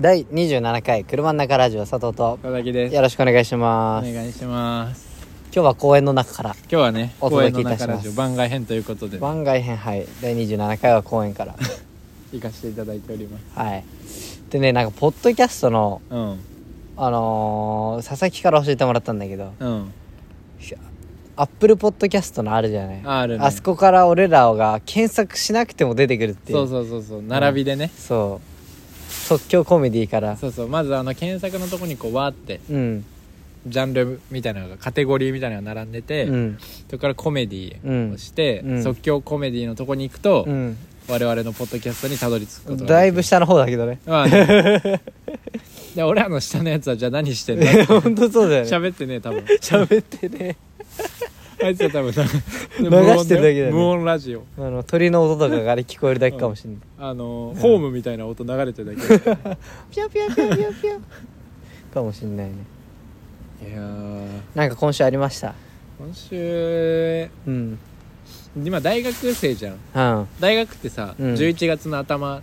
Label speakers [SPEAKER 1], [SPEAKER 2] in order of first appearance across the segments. [SPEAKER 1] 第27回車の中ラジオ佐藤と
[SPEAKER 2] 小崎です
[SPEAKER 1] よろしくお願いし
[SPEAKER 2] お
[SPEAKER 1] ます
[SPEAKER 2] 願いします
[SPEAKER 1] 今日は公園の中から
[SPEAKER 2] 今日はね
[SPEAKER 1] お
[SPEAKER 2] 公
[SPEAKER 1] 届
[SPEAKER 2] 園
[SPEAKER 1] け
[SPEAKER 2] の
[SPEAKER 1] いたします
[SPEAKER 2] 中ラジオ番外編ということでね、
[SPEAKER 1] 番外編はい第27回は公園から
[SPEAKER 2] 行かせていただいております
[SPEAKER 1] はいでねなんかポッドキャストの
[SPEAKER 2] うん
[SPEAKER 1] あのー佐々木から教えてもらったんだけど
[SPEAKER 2] うん
[SPEAKER 1] アップルポッドキャストのあるじゃない
[SPEAKER 2] あるね
[SPEAKER 1] そこから俺らが検索しなくても出てくるっていう
[SPEAKER 2] そうそうそうそう並びでね、
[SPEAKER 1] そう即興コメディから
[SPEAKER 2] そうそうまずあの検索のとこにこうわーって
[SPEAKER 1] うん
[SPEAKER 2] ジャンルみたいなのがカテゴリーみたいなのが並んでて、
[SPEAKER 1] うん
[SPEAKER 2] それからコメディーをして、
[SPEAKER 1] うんうん
[SPEAKER 2] 即興コメディーのとこに行くと、
[SPEAKER 1] うん
[SPEAKER 2] 我々のポッドキャストにたどり着くことが
[SPEAKER 1] だ
[SPEAKER 2] で
[SPEAKER 1] い
[SPEAKER 2] きる
[SPEAKER 1] ぶ下の方だけ どね
[SPEAKER 2] まあね で俺らの下のやつはじゃあ何してんだって
[SPEAKER 1] 本当そうだよね
[SPEAKER 2] 喋ってねえ多分
[SPEAKER 1] 喋ってね
[SPEAKER 2] あいつは多分な
[SPEAKER 1] してるだけだよね
[SPEAKER 2] 無音ラジオ
[SPEAKER 1] あの鳥の音とかがあれ聞こえるだけかもしれない
[SPEAKER 2] あの、ホームみたいな音流れてるだけだよね
[SPEAKER 1] ピョピョピョピョピョかもしれないね
[SPEAKER 2] いやー
[SPEAKER 1] なんか今週ありました
[SPEAKER 2] 今週
[SPEAKER 1] うん
[SPEAKER 2] 今大学生じゃん
[SPEAKER 1] うん
[SPEAKER 2] 大学ってさ、
[SPEAKER 1] うん
[SPEAKER 2] 11月の頭っ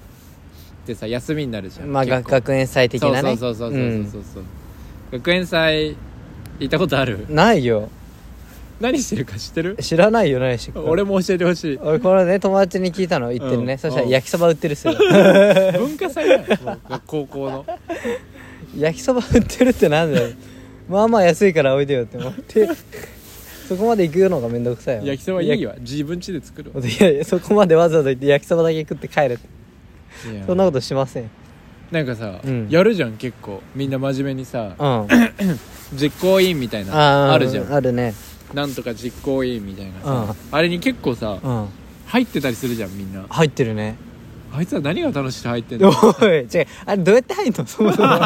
[SPEAKER 2] てさ休みになるじゃん
[SPEAKER 1] まあ
[SPEAKER 2] 結
[SPEAKER 1] 学
[SPEAKER 2] 構
[SPEAKER 1] 学園祭的なね
[SPEAKER 2] そうそうそうそうそうそう、学園祭行ったことある
[SPEAKER 1] うんないよ
[SPEAKER 2] 何してるか知ってる
[SPEAKER 1] 知らないよねしっかり
[SPEAKER 2] 俺も教えてほしい
[SPEAKER 1] 俺これね友達に聞いたの言ってるね、
[SPEAKER 2] うん
[SPEAKER 1] そしたら
[SPEAKER 2] うん
[SPEAKER 1] 焼きそば売ってるっすよ
[SPEAKER 2] 文化祭だよもう学高校の
[SPEAKER 1] 焼きそば売ってるってなんだよまあまあ安いからおいでよって思って そこまで行くのがめんどくさいわ
[SPEAKER 2] 焼きそばいいわ自分家で作るわ
[SPEAKER 1] いやいやそこまでわざわざ行って焼きそばだけ食って帰るって
[SPEAKER 2] いや
[SPEAKER 1] そんなことしません
[SPEAKER 2] なんかさ、
[SPEAKER 1] うん
[SPEAKER 2] やるじゃん結構みんな真面目 にさ
[SPEAKER 1] うんあ
[SPEAKER 2] 実行委員みたいな
[SPEAKER 1] あ
[SPEAKER 2] あるじゃん
[SPEAKER 1] あるね
[SPEAKER 2] なんとか実行委員みたいなさ、
[SPEAKER 1] う
[SPEAKER 2] あれに結構さ、
[SPEAKER 1] うん
[SPEAKER 2] 入ってたりするじゃんみんな
[SPEAKER 1] 入ってるね
[SPEAKER 2] あいつは何が楽しくて入ってん
[SPEAKER 1] お
[SPEAKER 2] の
[SPEAKER 1] い違うあれどうやって入んの そもそも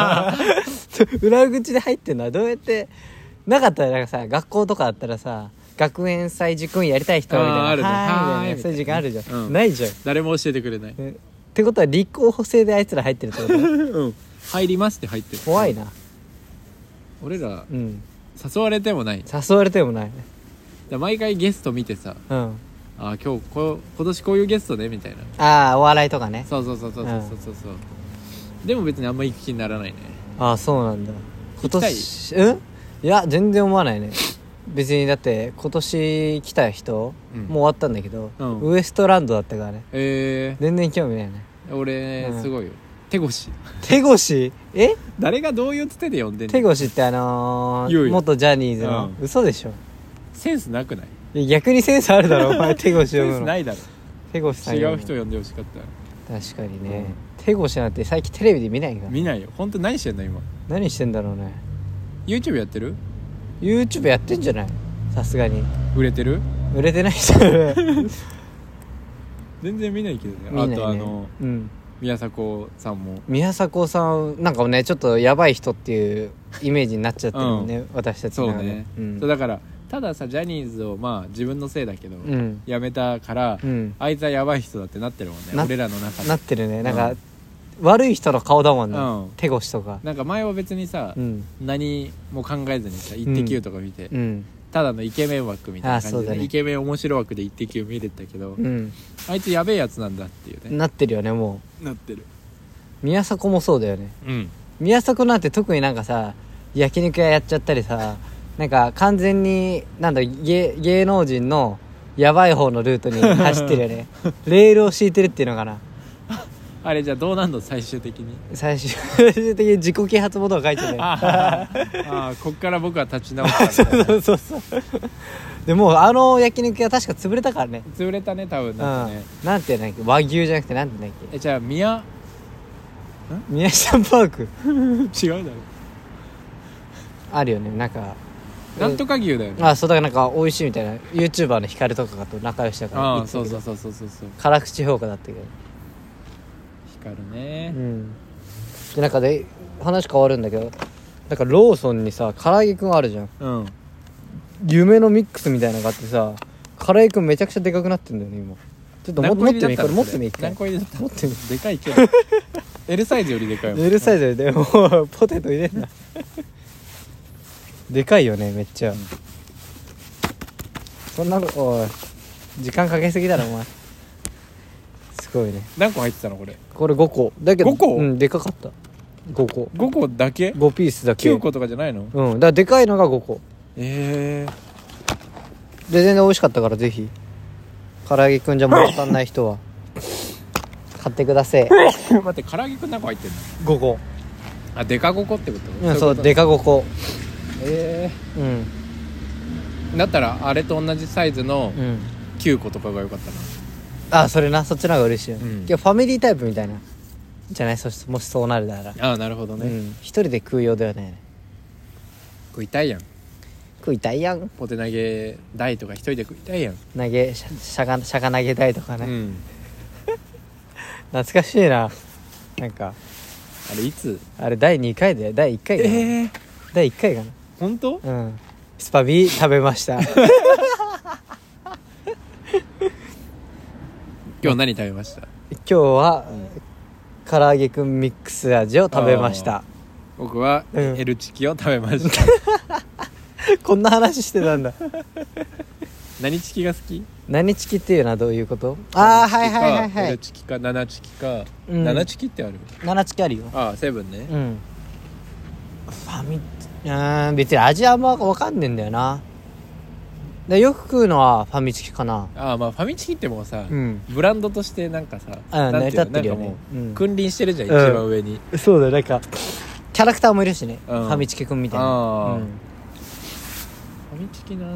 [SPEAKER 1] 裏口で入ってんのはどうやってなかったらなんかさ学校とかあったらさ学園祭塾員やりたい人みたいな
[SPEAKER 2] あーあるね
[SPEAKER 1] はーいみたい
[SPEAKER 2] はーい
[SPEAKER 1] なそういう時間あるじゃん、
[SPEAKER 2] うん
[SPEAKER 1] ないじゃん
[SPEAKER 2] 誰も教えてくれない
[SPEAKER 1] えってことは立候補制であいつら入ってるってこと
[SPEAKER 2] うん入りますって入ってる
[SPEAKER 1] 怖いな
[SPEAKER 2] 俺ら
[SPEAKER 1] うん
[SPEAKER 2] 誘われてもないだか
[SPEAKER 1] 誘われてもない
[SPEAKER 2] ら毎回ゲスト見てさ
[SPEAKER 1] うん
[SPEAKER 2] あー今日こ今年こういうゲストねみたいな
[SPEAKER 1] ああお笑いとかね
[SPEAKER 2] そうそうそうそうそうそうそう、でも別にあんま行く気にならないね
[SPEAKER 1] ああそうなんだ
[SPEAKER 2] 行
[SPEAKER 1] 今
[SPEAKER 2] きたい
[SPEAKER 1] 年うんいや全然思わないね別にだって今年来た人、
[SPEAKER 2] うん
[SPEAKER 1] もう終わったんだけど、
[SPEAKER 2] うん
[SPEAKER 1] ウエストランドだったからね
[SPEAKER 2] え
[SPEAKER 1] 全然興味ないね
[SPEAKER 2] ー、俺、
[SPEAKER 1] うん
[SPEAKER 2] すごいよ手越
[SPEAKER 1] 手越え
[SPEAKER 2] 誰がどういうつてで呼んでん
[SPEAKER 1] 手
[SPEAKER 2] の
[SPEAKER 1] 越ってあの
[SPEAKER 2] 言う
[SPEAKER 1] ー、
[SPEAKER 2] よ
[SPEAKER 1] 元ジャニーズの、
[SPEAKER 2] うん
[SPEAKER 1] 嘘でしょ
[SPEAKER 2] センスなくない
[SPEAKER 1] いや逆にセンスあるだろお 前手越
[SPEAKER 2] セ
[SPEAKER 1] 呼
[SPEAKER 2] ン
[SPEAKER 1] ぶ
[SPEAKER 2] ス
[SPEAKER 1] の
[SPEAKER 2] ないだろ
[SPEAKER 1] 手越さん呼ぶ
[SPEAKER 2] 違
[SPEAKER 1] の
[SPEAKER 2] う人呼んでほしかった
[SPEAKER 1] 確かにね、手越なんて最近テレビで見ないから
[SPEAKER 2] 見ないよ本当何してんの今
[SPEAKER 1] 何してんだろうね
[SPEAKER 2] YouTube やってる
[SPEAKER 1] YouTube やってんじゃないさすがに
[SPEAKER 2] 売れてる
[SPEAKER 1] 売れてない 人
[SPEAKER 2] 全然見ないけどね
[SPEAKER 1] 見ないね
[SPEAKER 2] あとあの
[SPEAKER 1] うん
[SPEAKER 2] 宮迫さんも
[SPEAKER 1] 宮迫さんなんかねちょっとやばい人っていうイメージになっちゃってるもんね、私たち
[SPEAKER 2] そ
[SPEAKER 1] の
[SPEAKER 2] う
[SPEAKER 1] 中で
[SPEAKER 2] ね、
[SPEAKER 1] うん
[SPEAKER 2] そうだからたださジャニーズをまあ自分のせいだけど、
[SPEAKER 1] うん
[SPEAKER 2] やめたから、
[SPEAKER 1] うん
[SPEAKER 2] あいつはやばい人だってなってるもんね
[SPEAKER 1] な
[SPEAKER 2] 俺らの中
[SPEAKER 1] な
[SPEAKER 2] でな
[SPEAKER 1] ってるねなんか、
[SPEAKER 2] うん
[SPEAKER 1] 悪い人の顔だもんね、
[SPEAKER 2] うん
[SPEAKER 1] 手越とか
[SPEAKER 2] んか前は別にさ、
[SPEAKER 1] うん
[SPEAKER 2] 何も考えずにさ「イッテ Q!」とか見て、
[SPEAKER 1] うん
[SPEAKER 2] ただのイケメン枠みたいな
[SPEAKER 1] あ
[SPEAKER 2] 感
[SPEAKER 1] そう
[SPEAKER 2] じ
[SPEAKER 1] だ
[SPEAKER 2] で、
[SPEAKER 1] ね
[SPEAKER 2] イケメン面白枠で「イッテ Q!」見れてたけど、
[SPEAKER 1] うん、
[SPEAKER 2] あいつやべえやつなんだっていうね
[SPEAKER 1] なってるよねも
[SPEAKER 2] なってる
[SPEAKER 1] う宮迫もそうだよね
[SPEAKER 2] うん
[SPEAKER 1] 宮迫なんて特になんかさ焼肉屋やっちゃったりさなんか完全になんだ芸芸能人のやばい方のルートに走ってるよ ねレールを敷いてるっていうのかな
[SPEAKER 2] あれじゃあどうなんの最終的に
[SPEAKER 1] 最終最終的に自己啓発本とか書いてる
[SPEAKER 2] あーあーこっから僕は立ち直ったみたいな
[SPEAKER 1] そうそうそうでもうあの焼肉屋確か潰れたからね
[SPEAKER 2] 潰れたね多分なんかね、
[SPEAKER 1] うん、なんていうんだっけ和牛じゃなくてなんていうんだっけ
[SPEAKER 2] えじゃあ宮
[SPEAKER 1] 宮下パーク
[SPEAKER 2] 違うだろ
[SPEAKER 1] あるよねなんか
[SPEAKER 2] なんとか牛だよね
[SPEAKER 1] あそうだからなんか美味しいみたいな YouTuber の光とかと仲良しだから
[SPEAKER 2] あ
[SPEAKER 1] 言
[SPEAKER 2] あ
[SPEAKER 1] ってた
[SPEAKER 2] そ
[SPEAKER 1] け
[SPEAKER 2] う
[SPEAKER 1] ど
[SPEAKER 2] そうそうそうそうそう
[SPEAKER 1] 辛口評価だったけど
[SPEAKER 2] 光る
[SPEAKER 1] う
[SPEAKER 2] ね、
[SPEAKER 1] んでなんかで話変わるんだけどなんかローソンにさ唐揚げくんあるじゃん
[SPEAKER 2] うん
[SPEAKER 1] 夢のミックスみたいなのがあってさ唐揚げくんめちゃくちゃでかくなってんだよね今ちょっとも
[SPEAKER 2] 何個
[SPEAKER 1] 持っ
[SPEAKER 2] 入
[SPEAKER 1] て
[SPEAKER 2] りだっ
[SPEAKER 1] み
[SPEAKER 2] た
[SPEAKER 1] これ
[SPEAKER 2] の
[SPEAKER 1] 持ってみ一回
[SPEAKER 2] 何個入りだった
[SPEAKER 1] 持ってみ
[SPEAKER 2] でかいけど L サイズよりでかいもん
[SPEAKER 1] L サイズでもうポテト入れんなでかいよねめっちゃ、
[SPEAKER 2] ん
[SPEAKER 1] そんなのおい時間かけすぎだろお前すごいね
[SPEAKER 2] 何個入ってたのこれ
[SPEAKER 1] これ5個だけど
[SPEAKER 2] 5個
[SPEAKER 1] うんでかかった5個
[SPEAKER 2] 5個だけ
[SPEAKER 1] 5ピースだけ
[SPEAKER 2] 9個とかじゃないの
[SPEAKER 1] うんだからでかいのが5個
[SPEAKER 2] え
[SPEAKER 1] で全然美味しかったからぜひ唐揚げくんじゃ物足んない人は買ってください
[SPEAKER 2] えー、 待って唐揚げくん中入ってんの
[SPEAKER 1] 5個
[SPEAKER 2] あデカ5個ってこと
[SPEAKER 1] うんそう
[SPEAKER 2] で
[SPEAKER 1] でか5個
[SPEAKER 2] え
[SPEAKER 1] うん
[SPEAKER 2] ー、だったらあれと同じサイズの
[SPEAKER 1] うん
[SPEAKER 2] 9個とかが良かったな
[SPEAKER 1] あそれなそっちの方が嬉しいよ、
[SPEAKER 2] う
[SPEAKER 1] い
[SPEAKER 2] ん
[SPEAKER 1] やファミリータイプみたいなじゃないそしもしそうなるなら、
[SPEAKER 2] ああなるほど
[SPEAKER 1] う
[SPEAKER 2] ね、
[SPEAKER 1] ん一人で食うようではないね
[SPEAKER 2] 食いたいやん
[SPEAKER 1] 食いたいやん
[SPEAKER 2] ポテ投げ台とか一人で食いたいやん、
[SPEAKER 1] 投げしゃしゃがしゃが投げたいとか
[SPEAKER 2] う
[SPEAKER 1] ね、
[SPEAKER 2] ん
[SPEAKER 1] 懐かしいななんか
[SPEAKER 2] あれいつ
[SPEAKER 1] あれ第2回で第1回かな、
[SPEAKER 2] ええー、
[SPEAKER 1] 第1回か
[SPEAKER 2] 本当
[SPEAKER 1] なうんスパビ食べました
[SPEAKER 2] 今日何食べました
[SPEAKER 1] 今日は、唐揚げくんミックス味を食べました
[SPEAKER 2] 僕は
[SPEAKER 1] うん
[SPEAKER 2] エルチキを食べました
[SPEAKER 1] こんな話してたんだ
[SPEAKER 2] 何チキが好き
[SPEAKER 1] 何チキっていうのはどういうことああはいはいはいは
[SPEAKER 2] エル
[SPEAKER 1] い
[SPEAKER 2] チキかナナチキか、
[SPEAKER 1] うん
[SPEAKER 2] ナナチキってある
[SPEAKER 1] 7チキあるよ
[SPEAKER 2] ああセブンね
[SPEAKER 1] うんファミうーん別に味はあんま分かんねえんだよなでよく食うのはファミチキかな
[SPEAKER 2] ああまあファミチキってもうさ、
[SPEAKER 1] うん
[SPEAKER 2] ブランドとしてなんかさ
[SPEAKER 1] ああ
[SPEAKER 2] なんい
[SPEAKER 1] 成り
[SPEAKER 2] うの
[SPEAKER 1] 立ってるよね
[SPEAKER 2] なんかもう、
[SPEAKER 1] うん
[SPEAKER 2] 君臨してるじゃん、
[SPEAKER 1] うん
[SPEAKER 2] 一番上に
[SPEAKER 1] そうだよなんかキャラクターもいるしね、
[SPEAKER 2] うん
[SPEAKER 1] ファミチキくんみたいな、
[SPEAKER 2] あ
[SPEAKER 1] う
[SPEAKER 2] ー
[SPEAKER 1] ん、
[SPEAKER 2] ファミチキな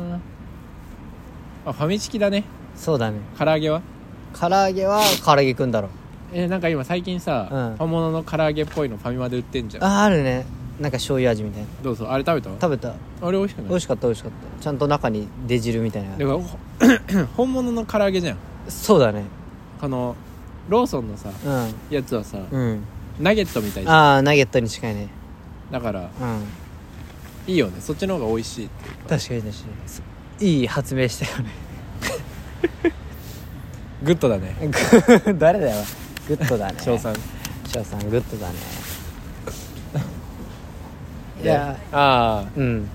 [SPEAKER 2] あファミチキだね
[SPEAKER 1] そうだね
[SPEAKER 2] 唐揚げは
[SPEAKER 1] 唐揚げは唐揚げくんだろ
[SPEAKER 2] えーなんか今最近さ、
[SPEAKER 1] うん
[SPEAKER 2] 本物の唐揚げっぽいのファミマで売ってんじゃん
[SPEAKER 1] あーあるねなんか醤油味みたいな
[SPEAKER 2] どうぞあれ食べた
[SPEAKER 1] 食べた
[SPEAKER 2] あれ美味しくない
[SPEAKER 1] 美味しかった美味しかったちゃんと中に出汁みたいな
[SPEAKER 2] だからほ 本物の唐揚げじゃん
[SPEAKER 1] そうだね
[SPEAKER 2] このローソンのさ
[SPEAKER 1] うん
[SPEAKER 2] やつはさ
[SPEAKER 1] うん
[SPEAKER 2] ナゲットみたいじゃん
[SPEAKER 1] ああナゲットに近いね
[SPEAKER 2] だから
[SPEAKER 1] うん
[SPEAKER 2] いいよねそっちの方が美味しいっていうか
[SPEAKER 1] 確かに確かにいい発明したよね
[SPEAKER 2] グッドだね
[SPEAKER 1] グー誰だよグッドだね
[SPEAKER 2] 翔さん
[SPEAKER 1] 翔さんグッドだねい
[SPEAKER 2] で
[SPEAKER 1] や
[SPEAKER 2] ああ
[SPEAKER 1] うん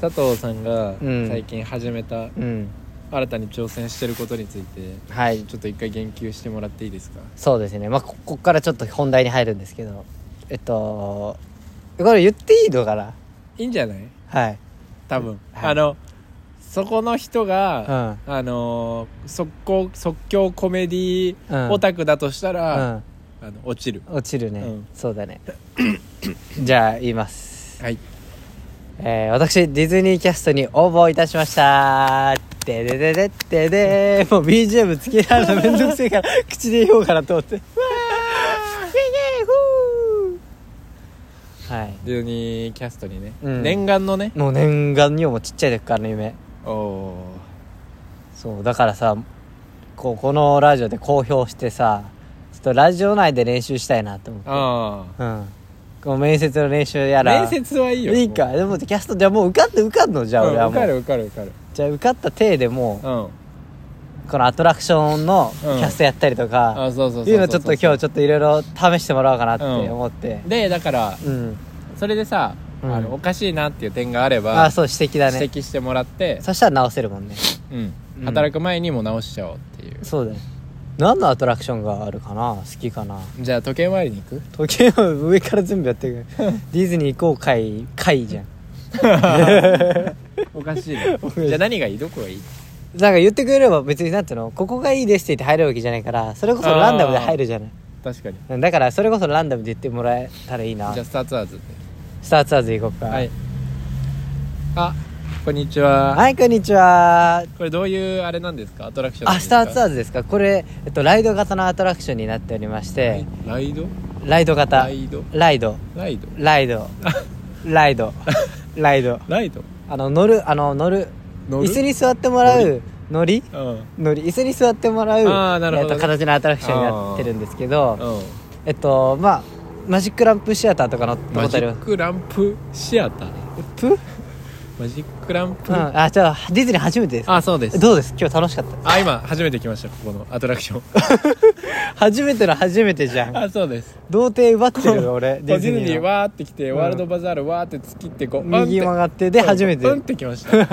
[SPEAKER 2] 佐藤さんが
[SPEAKER 1] うん
[SPEAKER 2] 最近始めた
[SPEAKER 1] うん
[SPEAKER 2] 新たに挑戦してることについて
[SPEAKER 1] はい
[SPEAKER 2] ちょっと一回言及してもらっていいですか
[SPEAKER 1] そうですねまあここっからちょっと本題に入るんですけどえっとこれ言っていいのかない
[SPEAKER 2] いんじゃない
[SPEAKER 1] はい
[SPEAKER 2] 多分
[SPEAKER 1] はい
[SPEAKER 2] あのそこの人
[SPEAKER 1] う
[SPEAKER 2] が
[SPEAKER 1] ん
[SPEAKER 2] あのー即興即興コメディ
[SPEAKER 1] うん
[SPEAKER 2] オタクだとしたら
[SPEAKER 1] うん
[SPEAKER 2] あの落ちる
[SPEAKER 1] 落ちるね、
[SPEAKER 2] うん
[SPEAKER 1] そうだねじゃあ言います、
[SPEAKER 2] はい
[SPEAKER 1] えー私ディズニーキャストに応募いたしましたででででででもう BGM つけられるのめんどくせえから口で言おうかなと思ってわーイエイイエイふーはい
[SPEAKER 2] ディズニーキャストにね、
[SPEAKER 1] うん
[SPEAKER 2] 念願のね
[SPEAKER 1] もう念願にはもうちっちゃい時からの夢
[SPEAKER 2] おお
[SPEAKER 1] そうだからさこうこのラジオで公表してさちょっとラジオ内で練習したいなと思って
[SPEAKER 2] あ
[SPEAKER 1] うんこう面接の練習や
[SPEAKER 2] あ
[SPEAKER 1] ら
[SPEAKER 2] 面接はいいよ
[SPEAKER 1] いいかでもキャストじゃあもう受かって受かんのじ
[SPEAKER 2] じ
[SPEAKER 1] ゃあ俺は
[SPEAKER 2] 受
[SPEAKER 1] も
[SPEAKER 2] か
[SPEAKER 1] う
[SPEAKER 2] る受かる受かる
[SPEAKER 1] じゃあ受かった体でも
[SPEAKER 2] うんあ
[SPEAKER 1] うこのアトラクションのキ
[SPEAKER 2] うん
[SPEAKER 1] ャストやったりとか
[SPEAKER 2] そうそうそうそう
[SPEAKER 1] いうのちょっと今日ちょっといろいろ試してもらおうかなって
[SPEAKER 2] うん
[SPEAKER 1] 思って
[SPEAKER 2] でだから
[SPEAKER 1] うん
[SPEAKER 2] それでさ、
[SPEAKER 1] うん
[SPEAKER 2] あのおかしいなっていう点があれば
[SPEAKER 1] あそう指摘だね
[SPEAKER 2] 指摘してもらって、
[SPEAKER 1] そしたら直せるもんね
[SPEAKER 2] うん
[SPEAKER 1] うん
[SPEAKER 2] 働く前にも直しちゃおうっていう
[SPEAKER 1] そうだね何のアトラクションがあるかな好きかな
[SPEAKER 2] じゃあ時計回りに 行く
[SPEAKER 1] 時計は上から全部やってく るディズニー行こう会会じゃん
[SPEAKER 2] おかしいな
[SPEAKER 1] かしい
[SPEAKER 2] じゃあ何がいいどこがいい
[SPEAKER 1] なんか言ってくれれば別になんていうのここがいいですって言って入るわけじゃないからそれこそランダムで入るじゃない
[SPEAKER 2] 確かに
[SPEAKER 1] うんだからそれこそランダムで言ってもらえたらいいな
[SPEAKER 2] じゃあスターツアーズ
[SPEAKER 1] スターツアーズ行こうか
[SPEAKER 2] はいあこんにちは、
[SPEAKER 1] はいこんにちは
[SPEAKER 2] これどういうあれなんですかアトラクションなん
[SPEAKER 1] あ
[SPEAKER 2] で
[SPEAKER 1] ス
[SPEAKER 2] すか
[SPEAKER 1] ターツアーズですかこれ、えっと、ライド型のアトラクションになっておりまして、
[SPEAKER 2] ライド
[SPEAKER 1] ライド型
[SPEAKER 2] ライド
[SPEAKER 1] ライド
[SPEAKER 2] ライド
[SPEAKER 1] ライ ドライドライド
[SPEAKER 2] ライド
[SPEAKER 1] あの乗るあの乗る
[SPEAKER 2] 乗る
[SPEAKER 1] 椅子に座ってもらう乗り
[SPEAKER 2] うん
[SPEAKER 1] 乗り椅子に座ってもらう
[SPEAKER 2] あーなるほどね
[SPEAKER 1] えっと、形のアトラクションになってるんですけど
[SPEAKER 2] うん
[SPEAKER 1] えっとまあマジックランプシアターとか乗った
[SPEAKER 2] マ
[SPEAKER 1] こと
[SPEAKER 2] ジ
[SPEAKER 1] ありま
[SPEAKER 2] ッ
[SPEAKER 1] す
[SPEAKER 2] クランプシアター
[SPEAKER 1] プ、うん、
[SPEAKER 2] マジックランプ、
[SPEAKER 1] あじゃあディズニー初めてです
[SPEAKER 2] あそうです
[SPEAKER 1] どうです今日楽しかった
[SPEAKER 2] あ今初めて来ましたここのアトラクション
[SPEAKER 1] 初めての初めてじゃん
[SPEAKER 2] あそうです
[SPEAKER 1] 童貞奪ってるよ 俺
[SPEAKER 2] デ
[SPEAKER 1] デ
[SPEAKER 2] ィ
[SPEAKER 1] ィズ
[SPEAKER 2] ズ
[SPEAKER 1] ニ
[SPEAKER 2] ニー
[SPEAKER 1] ーの
[SPEAKER 2] わーって来て、
[SPEAKER 1] うん
[SPEAKER 2] ワールドバザールわーって突きってこう
[SPEAKER 1] 右曲がってで初めて
[SPEAKER 2] うんって来 ました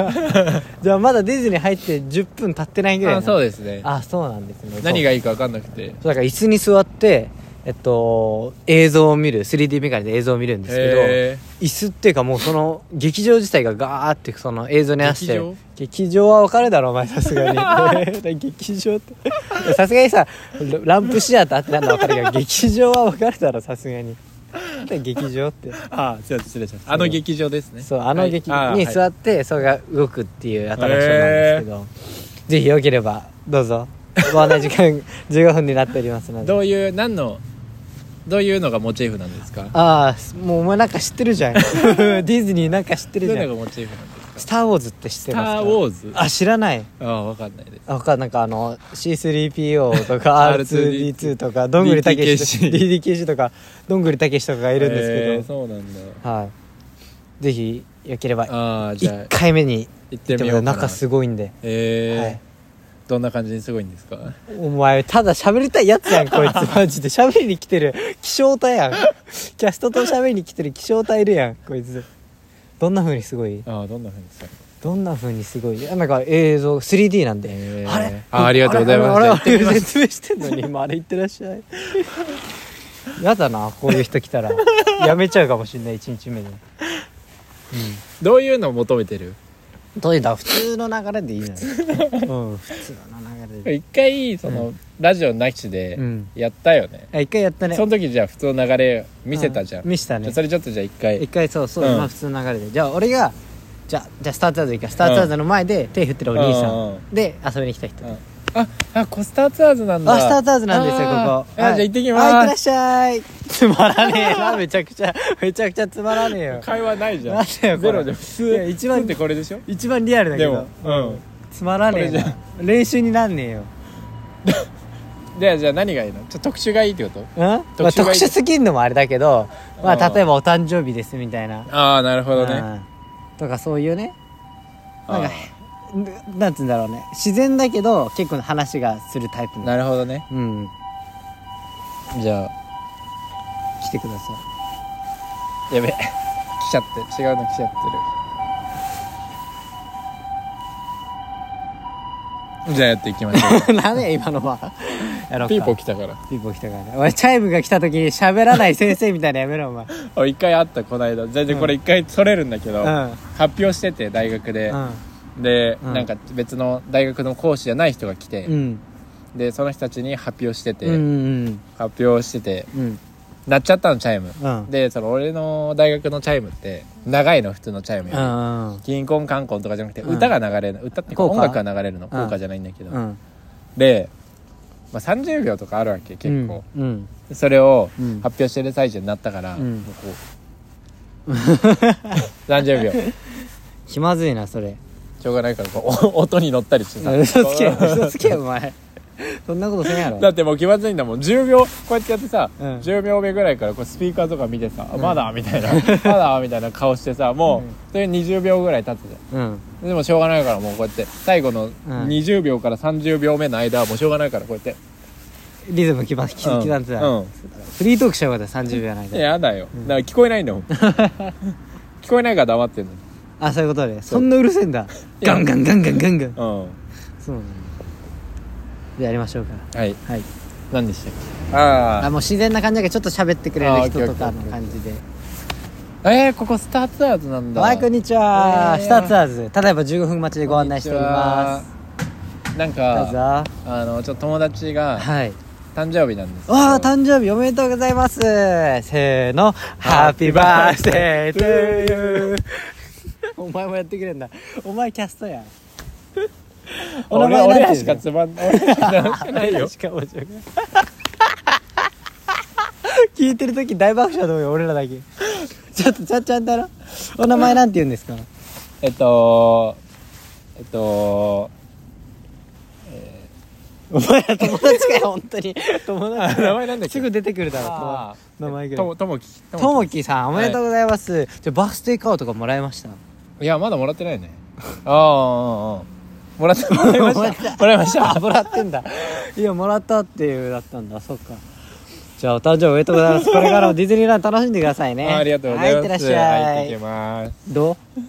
[SPEAKER 1] じゃあまだディズニー入って10分経ってないぐらい
[SPEAKER 2] あそう
[SPEAKER 1] で
[SPEAKER 2] ですね
[SPEAKER 1] あそうなんですね
[SPEAKER 2] 何
[SPEAKER 1] が
[SPEAKER 2] がいいか分かんなくて
[SPEAKER 1] だから椅子に座ってえっと映像を見る 3D メガネで映像を見るんですけど、
[SPEAKER 2] へ
[SPEAKER 1] 椅子っていうかもうその劇場自体がガーってその映像に合わせて
[SPEAKER 2] 劇場
[SPEAKER 1] 劇場はわかるだろお前さすが に劇場ってさすがにさラランプシアターってなるのわかるけど劇場はわかるだろさすがになんだ劇場って
[SPEAKER 2] ああすいません失礼しましたあの劇場ですね
[SPEAKER 1] そうあの劇
[SPEAKER 2] はいああ
[SPEAKER 1] に座
[SPEAKER 2] はい
[SPEAKER 1] って、それが動くっていうアトラクションなんですけど、ぜひよければどうぞご案内時間 15分になっておりますので
[SPEAKER 2] どういう何のどういうのがモチーフなんですか
[SPEAKER 1] ああもうお前なんか知ってるじゃん ディズニーなんか知って
[SPEAKER 2] ど
[SPEAKER 1] る
[SPEAKER 2] う
[SPEAKER 1] じ
[SPEAKER 2] い
[SPEAKER 1] ゃ
[SPEAKER 2] うんのがモチーフなんですか
[SPEAKER 1] スター・ウォーズって知っ
[SPEAKER 2] ス
[SPEAKER 1] て
[SPEAKER 2] タ
[SPEAKER 1] ますか
[SPEAKER 2] ー・ウォーズあ
[SPEAKER 1] あ知らない
[SPEAKER 2] あ分かんないです
[SPEAKER 1] あ他なんかあの C3PO と か
[SPEAKER 2] R2D2
[SPEAKER 1] R2D2 とかどんぐりたけし DDKC とかどんぐりたけしとかがいるん
[SPEAKER 2] へ
[SPEAKER 1] で
[SPEAKER 2] ー
[SPEAKER 1] すけ
[SPEAKER 2] そうなんだ
[SPEAKER 1] ど、はい、ぜひよければ
[SPEAKER 2] ああじゃ
[SPEAKER 1] 1
[SPEAKER 2] あ
[SPEAKER 1] 回目に
[SPEAKER 2] 行って
[SPEAKER 1] 行って
[SPEAKER 2] み
[SPEAKER 1] も
[SPEAKER 2] よ
[SPEAKER 1] らう
[SPEAKER 2] うかな
[SPEAKER 1] 中すごいんで、
[SPEAKER 2] えー
[SPEAKER 1] はい
[SPEAKER 2] どんな感じにすごいんですか
[SPEAKER 1] お前ただ喋りたいやつやんこい つマジで喋りに来てる気象体やんキャストと喋りに来てる気象体いるやんこいつどんな風にすごい
[SPEAKER 2] ああどんなふうにすごい
[SPEAKER 1] どんな風にすごいあなんか映像 3D なんで、
[SPEAKER 2] えー
[SPEAKER 1] あれ
[SPEAKER 2] あありがとうございます
[SPEAKER 1] あれあれあれ説明してんのに今あれ言ってらっしゃいやだなこういう人来たらやめちゃうかもしんない1日目で
[SPEAKER 2] どういうのを求めてる
[SPEAKER 1] どういうだ普通の流れでいいのようん普通の流れで
[SPEAKER 2] 一回その、ラジオなしで
[SPEAKER 1] うん
[SPEAKER 2] やったよね、
[SPEAKER 1] あ一回やったね
[SPEAKER 2] その時じゃあ普通の流れ見せたじゃん、
[SPEAKER 1] う見せた
[SPEAKER 2] じゃ
[SPEAKER 1] ね
[SPEAKER 2] あそれちょっとじゃあ一
[SPEAKER 1] 一
[SPEAKER 2] 回
[SPEAKER 1] 回そうそう、
[SPEAKER 2] うん
[SPEAKER 1] まあ普通の流れでじゃあ俺がじゃあじゃあスターツアーズ行くかスターツアーズの前で手振ってるお兄さん、
[SPEAKER 2] うんうん
[SPEAKER 1] で遊びに来た人、
[SPEAKER 2] うんああコスターツアーズなんだ
[SPEAKER 1] あスターツアーズなんですよここ
[SPEAKER 2] あーあ
[SPEAKER 1] はい
[SPEAKER 2] じゃあ行ってき
[SPEAKER 1] あ行っ
[SPEAKER 2] ま
[SPEAKER 1] てらっ
[SPEAKER 2] す
[SPEAKER 1] しゃいつまらねえ なめちゃくちゃめちゃくちゃつまらねえ よ
[SPEAKER 2] 会話ないじゃん
[SPEAKER 1] なんだよこれ
[SPEAKER 2] ゼロで普
[SPEAKER 1] いや
[SPEAKER 2] 通
[SPEAKER 1] 一番
[SPEAKER 2] 普通ってこれでしょ
[SPEAKER 1] 一番リアルだけ
[SPEAKER 2] で
[SPEAKER 1] ど
[SPEAKER 2] もうん
[SPEAKER 1] つまらねえ
[SPEAKER 2] これ
[SPEAKER 1] な練習になんねえよん
[SPEAKER 2] じゃあじゃあ何がいいのちょっと特集がいいってこと
[SPEAKER 1] まあ、
[SPEAKER 2] 特
[SPEAKER 1] 特
[SPEAKER 2] 殊がいい
[SPEAKER 1] 殊すぎんのもあれだけど、ま
[SPEAKER 2] う
[SPEAKER 1] あ、
[SPEAKER 2] ん
[SPEAKER 1] 例えばお誕生日ですみたいな
[SPEAKER 2] ああなるほどね
[SPEAKER 1] うんとかそういうねなん
[SPEAKER 2] あ
[SPEAKER 1] かななんつうんだろうね自然だけど結構話がするタイプ
[SPEAKER 2] ー
[SPEAKER 1] の
[SPEAKER 2] なるほどね
[SPEAKER 1] うん
[SPEAKER 2] じゃ
[SPEAKER 1] 来てください
[SPEAKER 2] あやべ来ちゃって違うの来ちゃってるじゃあやっていきましょう
[SPEAKER 1] 何や今のはやろうか
[SPEAKER 2] ピーポー来たから
[SPEAKER 1] ピーポー来たからねお前チャイムが来た時に喋らない先生みたいなやめろお 前
[SPEAKER 2] あ一回あったこの間全然これ一回それるんだけど、
[SPEAKER 1] うん
[SPEAKER 2] 発表してて大学で、で、
[SPEAKER 1] うん
[SPEAKER 2] なんか別の大学の講師じゃない人が来て、
[SPEAKER 1] うん
[SPEAKER 2] でその人たちに発表してて、
[SPEAKER 1] うんうん
[SPEAKER 2] 発表してて
[SPEAKER 1] うんうん
[SPEAKER 2] 鳴っちゃったのチャイム、
[SPEAKER 1] うん
[SPEAKER 2] でその俺の大学のチャイムって長いの普通のチャイムよ
[SPEAKER 1] う
[SPEAKER 2] り、
[SPEAKER 1] ん
[SPEAKER 2] キンコンカンコンとかじゃなくて
[SPEAKER 1] うん
[SPEAKER 2] 歌が流れる、歌っていうか
[SPEAKER 1] 効果
[SPEAKER 2] 音楽が流れるの
[SPEAKER 1] ん
[SPEAKER 2] 効果じゃないんだけど、
[SPEAKER 1] うん
[SPEAKER 2] で、まあ、30秒とかあるわけ結構、
[SPEAKER 1] うん
[SPEAKER 2] それを
[SPEAKER 1] うん
[SPEAKER 2] 発表してる最中になったから、
[SPEAKER 1] うん
[SPEAKER 2] もうこ う30秒
[SPEAKER 1] 気まずいなそれ
[SPEAKER 2] しょうがないからこうお音に乗ったりしてさ
[SPEAKER 1] 嘘つけ 嘘つけお前そんなことせんやろ
[SPEAKER 2] だってもう気まずいんだもん10秒こうやってやってさ、
[SPEAKER 1] うん
[SPEAKER 2] 10秒目ぐらいからこうスピーカーとか見てさ、あまだみたいなまだみたいな顔してさもう、それ20秒ぐらい経ってたじ
[SPEAKER 1] うん
[SPEAKER 2] ゃんでもしょうがないからもうこうやって最後
[SPEAKER 1] う
[SPEAKER 2] の
[SPEAKER 1] ん
[SPEAKER 2] 20秒から30秒目の間はもうしょうがないからこうやって、
[SPEAKER 1] リズム刻ん刻
[SPEAKER 2] うん
[SPEAKER 1] んでた
[SPEAKER 2] うん
[SPEAKER 1] フリートークしちゃうかった30秒やない
[SPEAKER 2] い
[SPEAKER 1] か
[SPEAKER 2] ややだよ、だから聞こ えないんだもん聞こえないから黙ってん
[SPEAKER 1] あそういうことでそんなうるせえんだ
[SPEAKER 2] いや
[SPEAKER 1] ガンガンガンガンガンガン
[SPEAKER 2] のうん
[SPEAKER 1] そうなんだじゃあやりましょうか
[SPEAKER 2] はい
[SPEAKER 1] はい
[SPEAKER 2] 何でしたっけあ
[SPEAKER 1] あもう自然な感じだけどちょっと喋ってくれ
[SPEAKER 2] あー
[SPEAKER 1] る人とか
[SPEAKER 2] オッケーオッケーオッ
[SPEAKER 1] の
[SPEAKER 2] ケー
[SPEAKER 1] 感じで
[SPEAKER 2] あえー、ここスターツアーズなんだ
[SPEAKER 1] はいこんにちは
[SPEAKER 2] えー
[SPEAKER 1] スターツアーズただいま15分待ちでご案内しております
[SPEAKER 2] すな
[SPEAKER 1] ど
[SPEAKER 2] ん
[SPEAKER 1] う
[SPEAKER 2] か
[SPEAKER 1] ぞ
[SPEAKER 2] あのちょっと友達が
[SPEAKER 1] はい
[SPEAKER 2] 誕生日なんですけど
[SPEAKER 1] わあ誕生日おめでとうございますせーのハッピーバースデートゥーユーお前もやってくれんだお前キャストや んお名前
[SPEAKER 2] 俺俺
[SPEAKER 1] なん
[SPEAKER 2] ら
[SPEAKER 1] て言
[SPEAKER 2] しか
[SPEAKER 1] うの
[SPEAKER 2] つまん 俺らしかないよ
[SPEAKER 1] しかも面白くない 聞いてる時大爆笑だよ俺らだけちょっとちゃっちゃんだろお名前なんて言うんですか
[SPEAKER 2] えっとえっと
[SPEAKER 1] お前ら友達かよ本当に友達
[SPEAKER 2] 名前なんだっけ
[SPEAKER 1] すぐ出てくるだろ
[SPEAKER 2] あ
[SPEAKER 1] 名前ぐら
[SPEAKER 2] とも
[SPEAKER 1] い
[SPEAKER 2] ともき
[SPEAKER 1] ともきさんおめでとうございます、じゃあバースデーカードとかもらいました
[SPEAKER 2] いやまだもらってないね ああああああもらってもらい ましたもらいました
[SPEAKER 1] あもらってんだいやもらったっていうだったんだそっかじゃあお誕生日おめでとうございますこれからもディズニーランド楽しんでくださいね
[SPEAKER 2] あありがとうございます
[SPEAKER 1] はいいってら
[SPEAKER 2] は
[SPEAKER 1] っしゃ
[SPEAKER 2] い行っ
[SPEAKER 1] い
[SPEAKER 2] てます
[SPEAKER 1] どう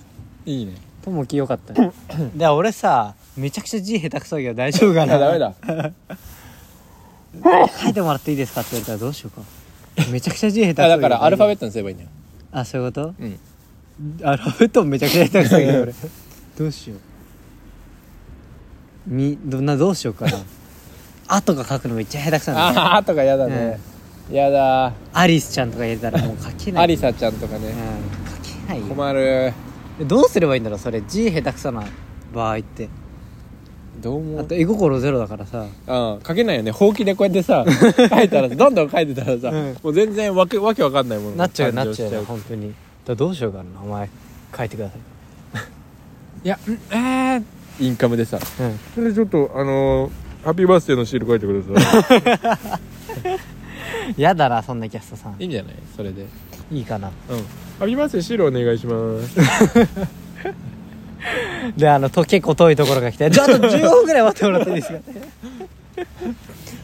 [SPEAKER 2] いいね
[SPEAKER 1] ともきよかったね で俺さめちゃくちゃ字下手くそだけど大丈夫か
[SPEAKER 2] あ
[SPEAKER 1] な
[SPEAKER 2] ダメだ
[SPEAKER 1] 書いてもらっていいですかって言われたらどうしようかめちゃくちゃ字下手くそ
[SPEAKER 2] あだからアルファベッ
[SPEAKER 1] ト
[SPEAKER 2] トにすればいいんだよ
[SPEAKER 1] あそういうこと
[SPEAKER 2] うん
[SPEAKER 1] アルファベットもめちゃくちゃ下手くそだけど俺 どうしようみどんなどうしよう かな「あ」とか書くのめっちゃ下手くそなんだ
[SPEAKER 2] ああとかやだね、やだ
[SPEAKER 1] アリスちゃんとか入れたらもう書けない
[SPEAKER 2] アリサちゃんとか
[SPEAKER 1] う
[SPEAKER 2] ね
[SPEAKER 1] ん書けないよ
[SPEAKER 2] 困る
[SPEAKER 1] どうすればいいんだろうそれ字下手くそな場合って
[SPEAKER 2] どうも
[SPEAKER 1] あと絵心ゼロだからさ
[SPEAKER 2] うん、書けないよねほうきでこうやって さ書いたらさどんどん書いてたら
[SPEAKER 1] う
[SPEAKER 2] さ、
[SPEAKER 1] ん
[SPEAKER 2] もう全然わけわけわかんないもの
[SPEAKER 1] なっちゃうよな
[SPEAKER 2] 感
[SPEAKER 1] っ
[SPEAKER 2] 情
[SPEAKER 1] ちゃうよ
[SPEAKER 2] し
[SPEAKER 1] 本当にだからどうしようかなお前書いてくださ
[SPEAKER 2] いやうんえーインカムでさ
[SPEAKER 1] いうん
[SPEAKER 3] それちょっとあのーハッピーバースデーのシール書いてください
[SPEAKER 1] やだなそんなキャストさん
[SPEAKER 2] いいんじゃないそれで
[SPEAKER 1] いいかな
[SPEAKER 2] うん
[SPEAKER 3] ハッピーバースデーシールお願いし ます
[SPEAKER 1] であのと結構遠いところが来てちょっと15分ぐらい待ってもらっていいですか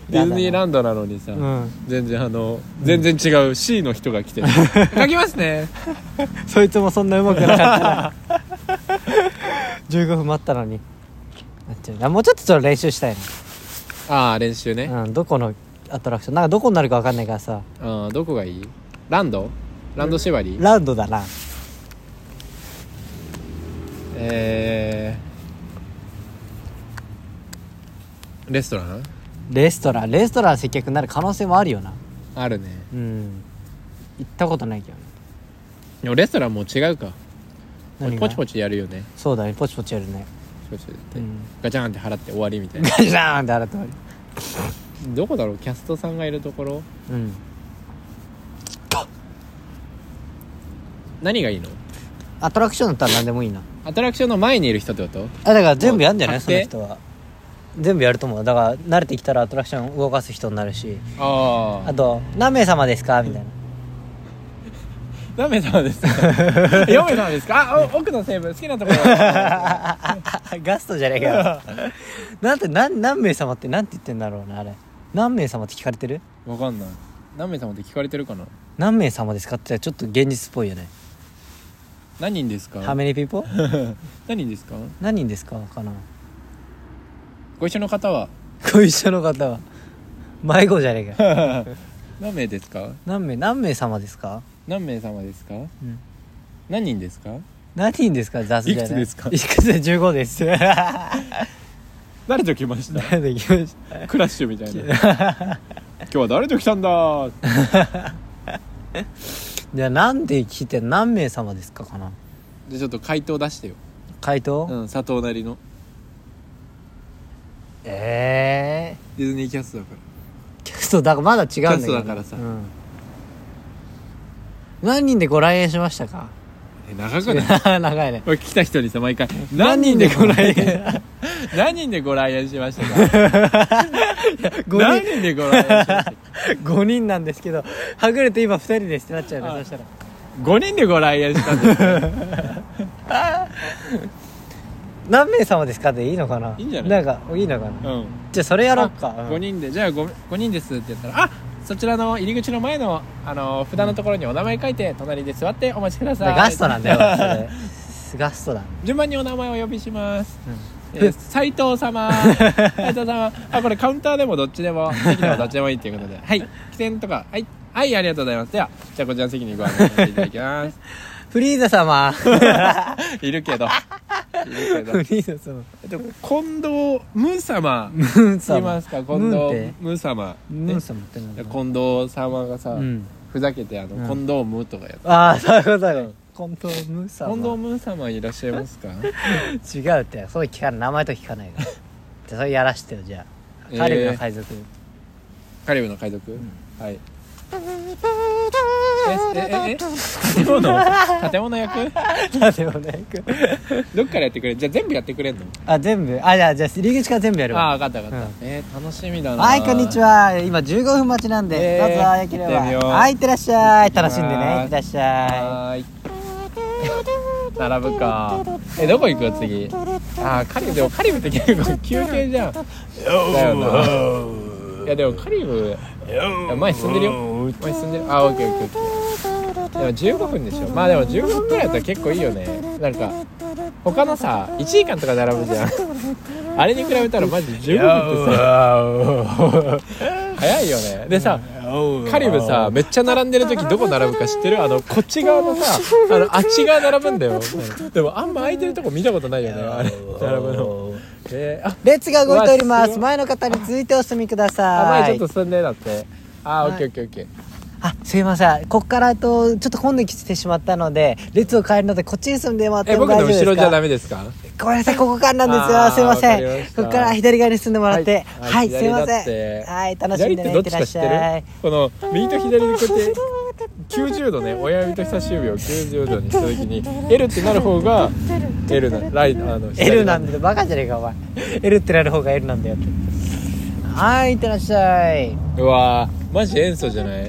[SPEAKER 2] ディズニーラ
[SPEAKER 1] ン
[SPEAKER 2] ンドなのにさ、
[SPEAKER 1] うん
[SPEAKER 2] 全然あの全然違う C の人が来てる 書きますね
[SPEAKER 1] そいつもそんなうまくなかったら15分待ったのになっちゃうなもうちょっとちょっと練習したい
[SPEAKER 2] ああ練習ね
[SPEAKER 1] な、うん、どこのアトラクションなんかどこになるか分かんないからさ
[SPEAKER 2] うんどこがいいランドランド縛り
[SPEAKER 1] ラウンドだな
[SPEAKER 2] えー、レストラン
[SPEAKER 1] レストランレストラン接客になる可能性もあるよな
[SPEAKER 2] あるね
[SPEAKER 1] うん行ったことないけどね
[SPEAKER 2] でもレストランもう違うか
[SPEAKER 1] 何が
[SPEAKER 2] ポチポチやるよね
[SPEAKER 1] そうだねポチポチやるね
[SPEAKER 2] ポチポチって
[SPEAKER 1] うん
[SPEAKER 2] ガチャンって払って終わりみたい
[SPEAKER 1] ガ
[SPEAKER 2] な
[SPEAKER 1] シャーンって洗って終わ
[SPEAKER 2] どこだろうキャストさんがいるところ
[SPEAKER 1] りうん
[SPEAKER 2] 何がいいの
[SPEAKER 1] アトラクションだったら何でもいいな
[SPEAKER 2] アトラクションの前にいる人ってこと
[SPEAKER 1] あだから全部やんじゃない
[SPEAKER 2] もう
[SPEAKER 1] その
[SPEAKER 2] 確定
[SPEAKER 1] 人は全部やると思うだから慣れてきたらアトラクション動かす人になるし
[SPEAKER 2] あ
[SPEAKER 1] あと「何名様ですか?」みたいな
[SPEAKER 2] 何名様 ですか4名様ですかあお奥の成分好きなとこ ろ
[SPEAKER 1] ガストじゃねえかよ なんて何何名様って何て言ってんだろうなあれ何名様って聞かれてる
[SPEAKER 2] わかんない何名様って聞かれてるかな
[SPEAKER 1] 何名様ですかってちょっと現実っぽいよね
[SPEAKER 2] 何人です
[SPEAKER 1] 「How
[SPEAKER 2] か
[SPEAKER 1] many people?
[SPEAKER 2] 何人ですか
[SPEAKER 1] 何人ですか?」かな
[SPEAKER 2] ご一緒の方 は
[SPEAKER 1] ご一緒の方は迷子じゃねえかよ
[SPEAKER 2] 何名ですか
[SPEAKER 1] 何名何名様ですか、
[SPEAKER 2] 何名様ですか
[SPEAKER 1] うん、
[SPEAKER 2] 何人ですか
[SPEAKER 1] 何人ですか雑じゃない
[SPEAKER 2] いくつですか
[SPEAKER 1] いくつで15です
[SPEAKER 2] 誰と来ました
[SPEAKER 1] なんで来まし
[SPEAKER 2] クラッシュみたいな 今日は誰と来たんだ
[SPEAKER 1] たじゃあなんで聞いて何名様ですかかな
[SPEAKER 2] でちょっと回答出してよ、
[SPEAKER 1] 回答、
[SPEAKER 2] うん、佐藤なりの
[SPEAKER 1] ええ
[SPEAKER 2] ディズニーキャストだから
[SPEAKER 1] ー、キャストだからまだ違うんだけど
[SPEAKER 2] キャストだからさ
[SPEAKER 1] うん、何人でご来園しましたか
[SPEAKER 2] え長くない
[SPEAKER 1] 長いね
[SPEAKER 2] 俺来た人にさ毎回「何人でご来園何人でご来園しましたか 何
[SPEAKER 1] 5
[SPEAKER 2] 人でご来園しましたか
[SPEAKER 1] 人5人なんですけどはぐれて今2人ですってなっちゃうねそしたら
[SPEAKER 2] 5人でご来園したんですよ
[SPEAKER 1] 何名様ですかでいいのかない
[SPEAKER 2] いんじゃない
[SPEAKER 1] んかいいのかな、
[SPEAKER 2] うん
[SPEAKER 1] じゃあそれやろうか、
[SPEAKER 2] 5人でじゃあ 5, 5人ですって言ったら「あそちらの入り口の前のあの札のところにお名前書いて隣で座ってお待ちくだ
[SPEAKER 1] だか
[SPEAKER 2] さ
[SPEAKER 1] ら
[SPEAKER 2] い」
[SPEAKER 1] ガストなんだよそれガストなんだ
[SPEAKER 2] 順番にお名前をお呼びします、
[SPEAKER 1] う
[SPEAKER 2] え
[SPEAKER 1] ん
[SPEAKER 2] ー斉藤様斉藤様あこれカウンターでもどっちでも席でもどっちでもいいっていうことではい起点とかはいはいありがとうございますではじゃあこちらの席にご案内させていただきます
[SPEAKER 1] フリーザ様
[SPEAKER 2] いるけどいるけど
[SPEAKER 1] フリーザ様
[SPEAKER 2] えっと近藤ム様
[SPEAKER 1] ムーン
[SPEAKER 2] い
[SPEAKER 1] 様
[SPEAKER 2] ますか近
[SPEAKER 1] ム
[SPEAKER 2] 藤
[SPEAKER 1] ーンって
[SPEAKER 2] ム様
[SPEAKER 1] ムーン様ってなんだ
[SPEAKER 2] で近藤様がさ、
[SPEAKER 1] うん
[SPEAKER 2] ふざけてあの、
[SPEAKER 1] うん
[SPEAKER 2] 近藤ムとかやって
[SPEAKER 1] ああそういうことだね近藤ムーン様
[SPEAKER 2] 近藤ム様いらっしゃいますか
[SPEAKER 1] 違うってそう聞かない名前と聞か ないからじゃあそれやらしてよじゃあカリブの海賊、
[SPEAKER 2] カリブの海賊、はい ええええ建物建物役
[SPEAKER 1] なんでもない
[SPEAKER 2] どっからやってくれるじゃあ全部やってくれんの
[SPEAKER 1] あ全部あじゃあじゃあ入り口から全部やる
[SPEAKER 2] あ
[SPEAKER 1] わ
[SPEAKER 2] あ分かった分かった、えー、楽しみだな
[SPEAKER 1] はいこんにちは今15分待ちなんで、
[SPEAKER 2] えー
[SPEAKER 1] どうぞよけれ
[SPEAKER 2] 行ってみよ
[SPEAKER 1] ば
[SPEAKER 2] う
[SPEAKER 1] はいいってらっしゃい
[SPEAKER 2] 行ってきま
[SPEAKER 1] 楽
[SPEAKER 2] す
[SPEAKER 1] しんでねいってらっしゃ
[SPEAKER 2] はーい並ぶ かえどこ行く次ああカリブでもカリブって結構休憩じゃんだよないやでもカリブいや前進んでるよ前進んでるあーオッケーオッケーオッケーでも15分でしょまあでも15分くらいだったら結構いいよねなんか他のさ1時間とか 並ぶじゃんあれに比べたらマジ15分ってさ
[SPEAKER 1] い
[SPEAKER 2] 早いよねでさカリブさめっちゃ並んでる時どこ並ぶか知ってるあのこっち側のさあのあっち側並ぶんだよでもあんま空いてるとこ見たことないよねあれ並ぶのえーあ
[SPEAKER 1] 列が動いておりま
[SPEAKER 2] うわす
[SPEAKER 1] す
[SPEAKER 2] ごい
[SPEAKER 1] 前の方に続いてお進みくだ
[SPEAKER 2] あ
[SPEAKER 1] さい
[SPEAKER 2] 前ちょっと進んでだってあーオッケーオッケーオッケー
[SPEAKER 1] あすいませんこっからとちょっと混んできてしまったので列を変えるのでこっちに進んでもらって
[SPEAKER 2] え
[SPEAKER 1] も
[SPEAKER 2] 僕の
[SPEAKER 1] 大丈夫です
[SPEAKER 2] 後
[SPEAKER 1] か
[SPEAKER 2] ろじゃダメですか
[SPEAKER 1] ごめんなさいここからなんです
[SPEAKER 2] あ
[SPEAKER 1] よ
[SPEAKER 2] ー
[SPEAKER 1] すいま
[SPEAKER 2] わか
[SPEAKER 1] せ
[SPEAKER 2] りま
[SPEAKER 1] ん
[SPEAKER 2] した
[SPEAKER 1] ここから左側に進んでもらって
[SPEAKER 2] は
[SPEAKER 1] はいい、
[SPEAKER 2] はい
[SPEAKER 1] すいま
[SPEAKER 2] 左だ
[SPEAKER 1] せ
[SPEAKER 2] って
[SPEAKER 1] んはい楽し
[SPEAKER 2] 左
[SPEAKER 1] ん
[SPEAKER 2] っ
[SPEAKER 1] で
[SPEAKER 2] て
[SPEAKER 1] ねい
[SPEAKER 2] どっ
[SPEAKER 1] って
[SPEAKER 2] ち
[SPEAKER 1] ら
[SPEAKER 2] か
[SPEAKER 1] っ
[SPEAKER 2] 知
[SPEAKER 1] し
[SPEAKER 2] って
[SPEAKER 1] ゃ
[SPEAKER 2] る
[SPEAKER 1] い
[SPEAKER 2] この右と左にこうやって90度ね親指と人差し指を90度にした時に L ってなる方が L なラインあの
[SPEAKER 1] L なん
[SPEAKER 2] で
[SPEAKER 1] でバカじゃねえかお前 L ってなる方が L なんだよってはいいってらっしゃいう
[SPEAKER 2] わーマジ塩素じゃないね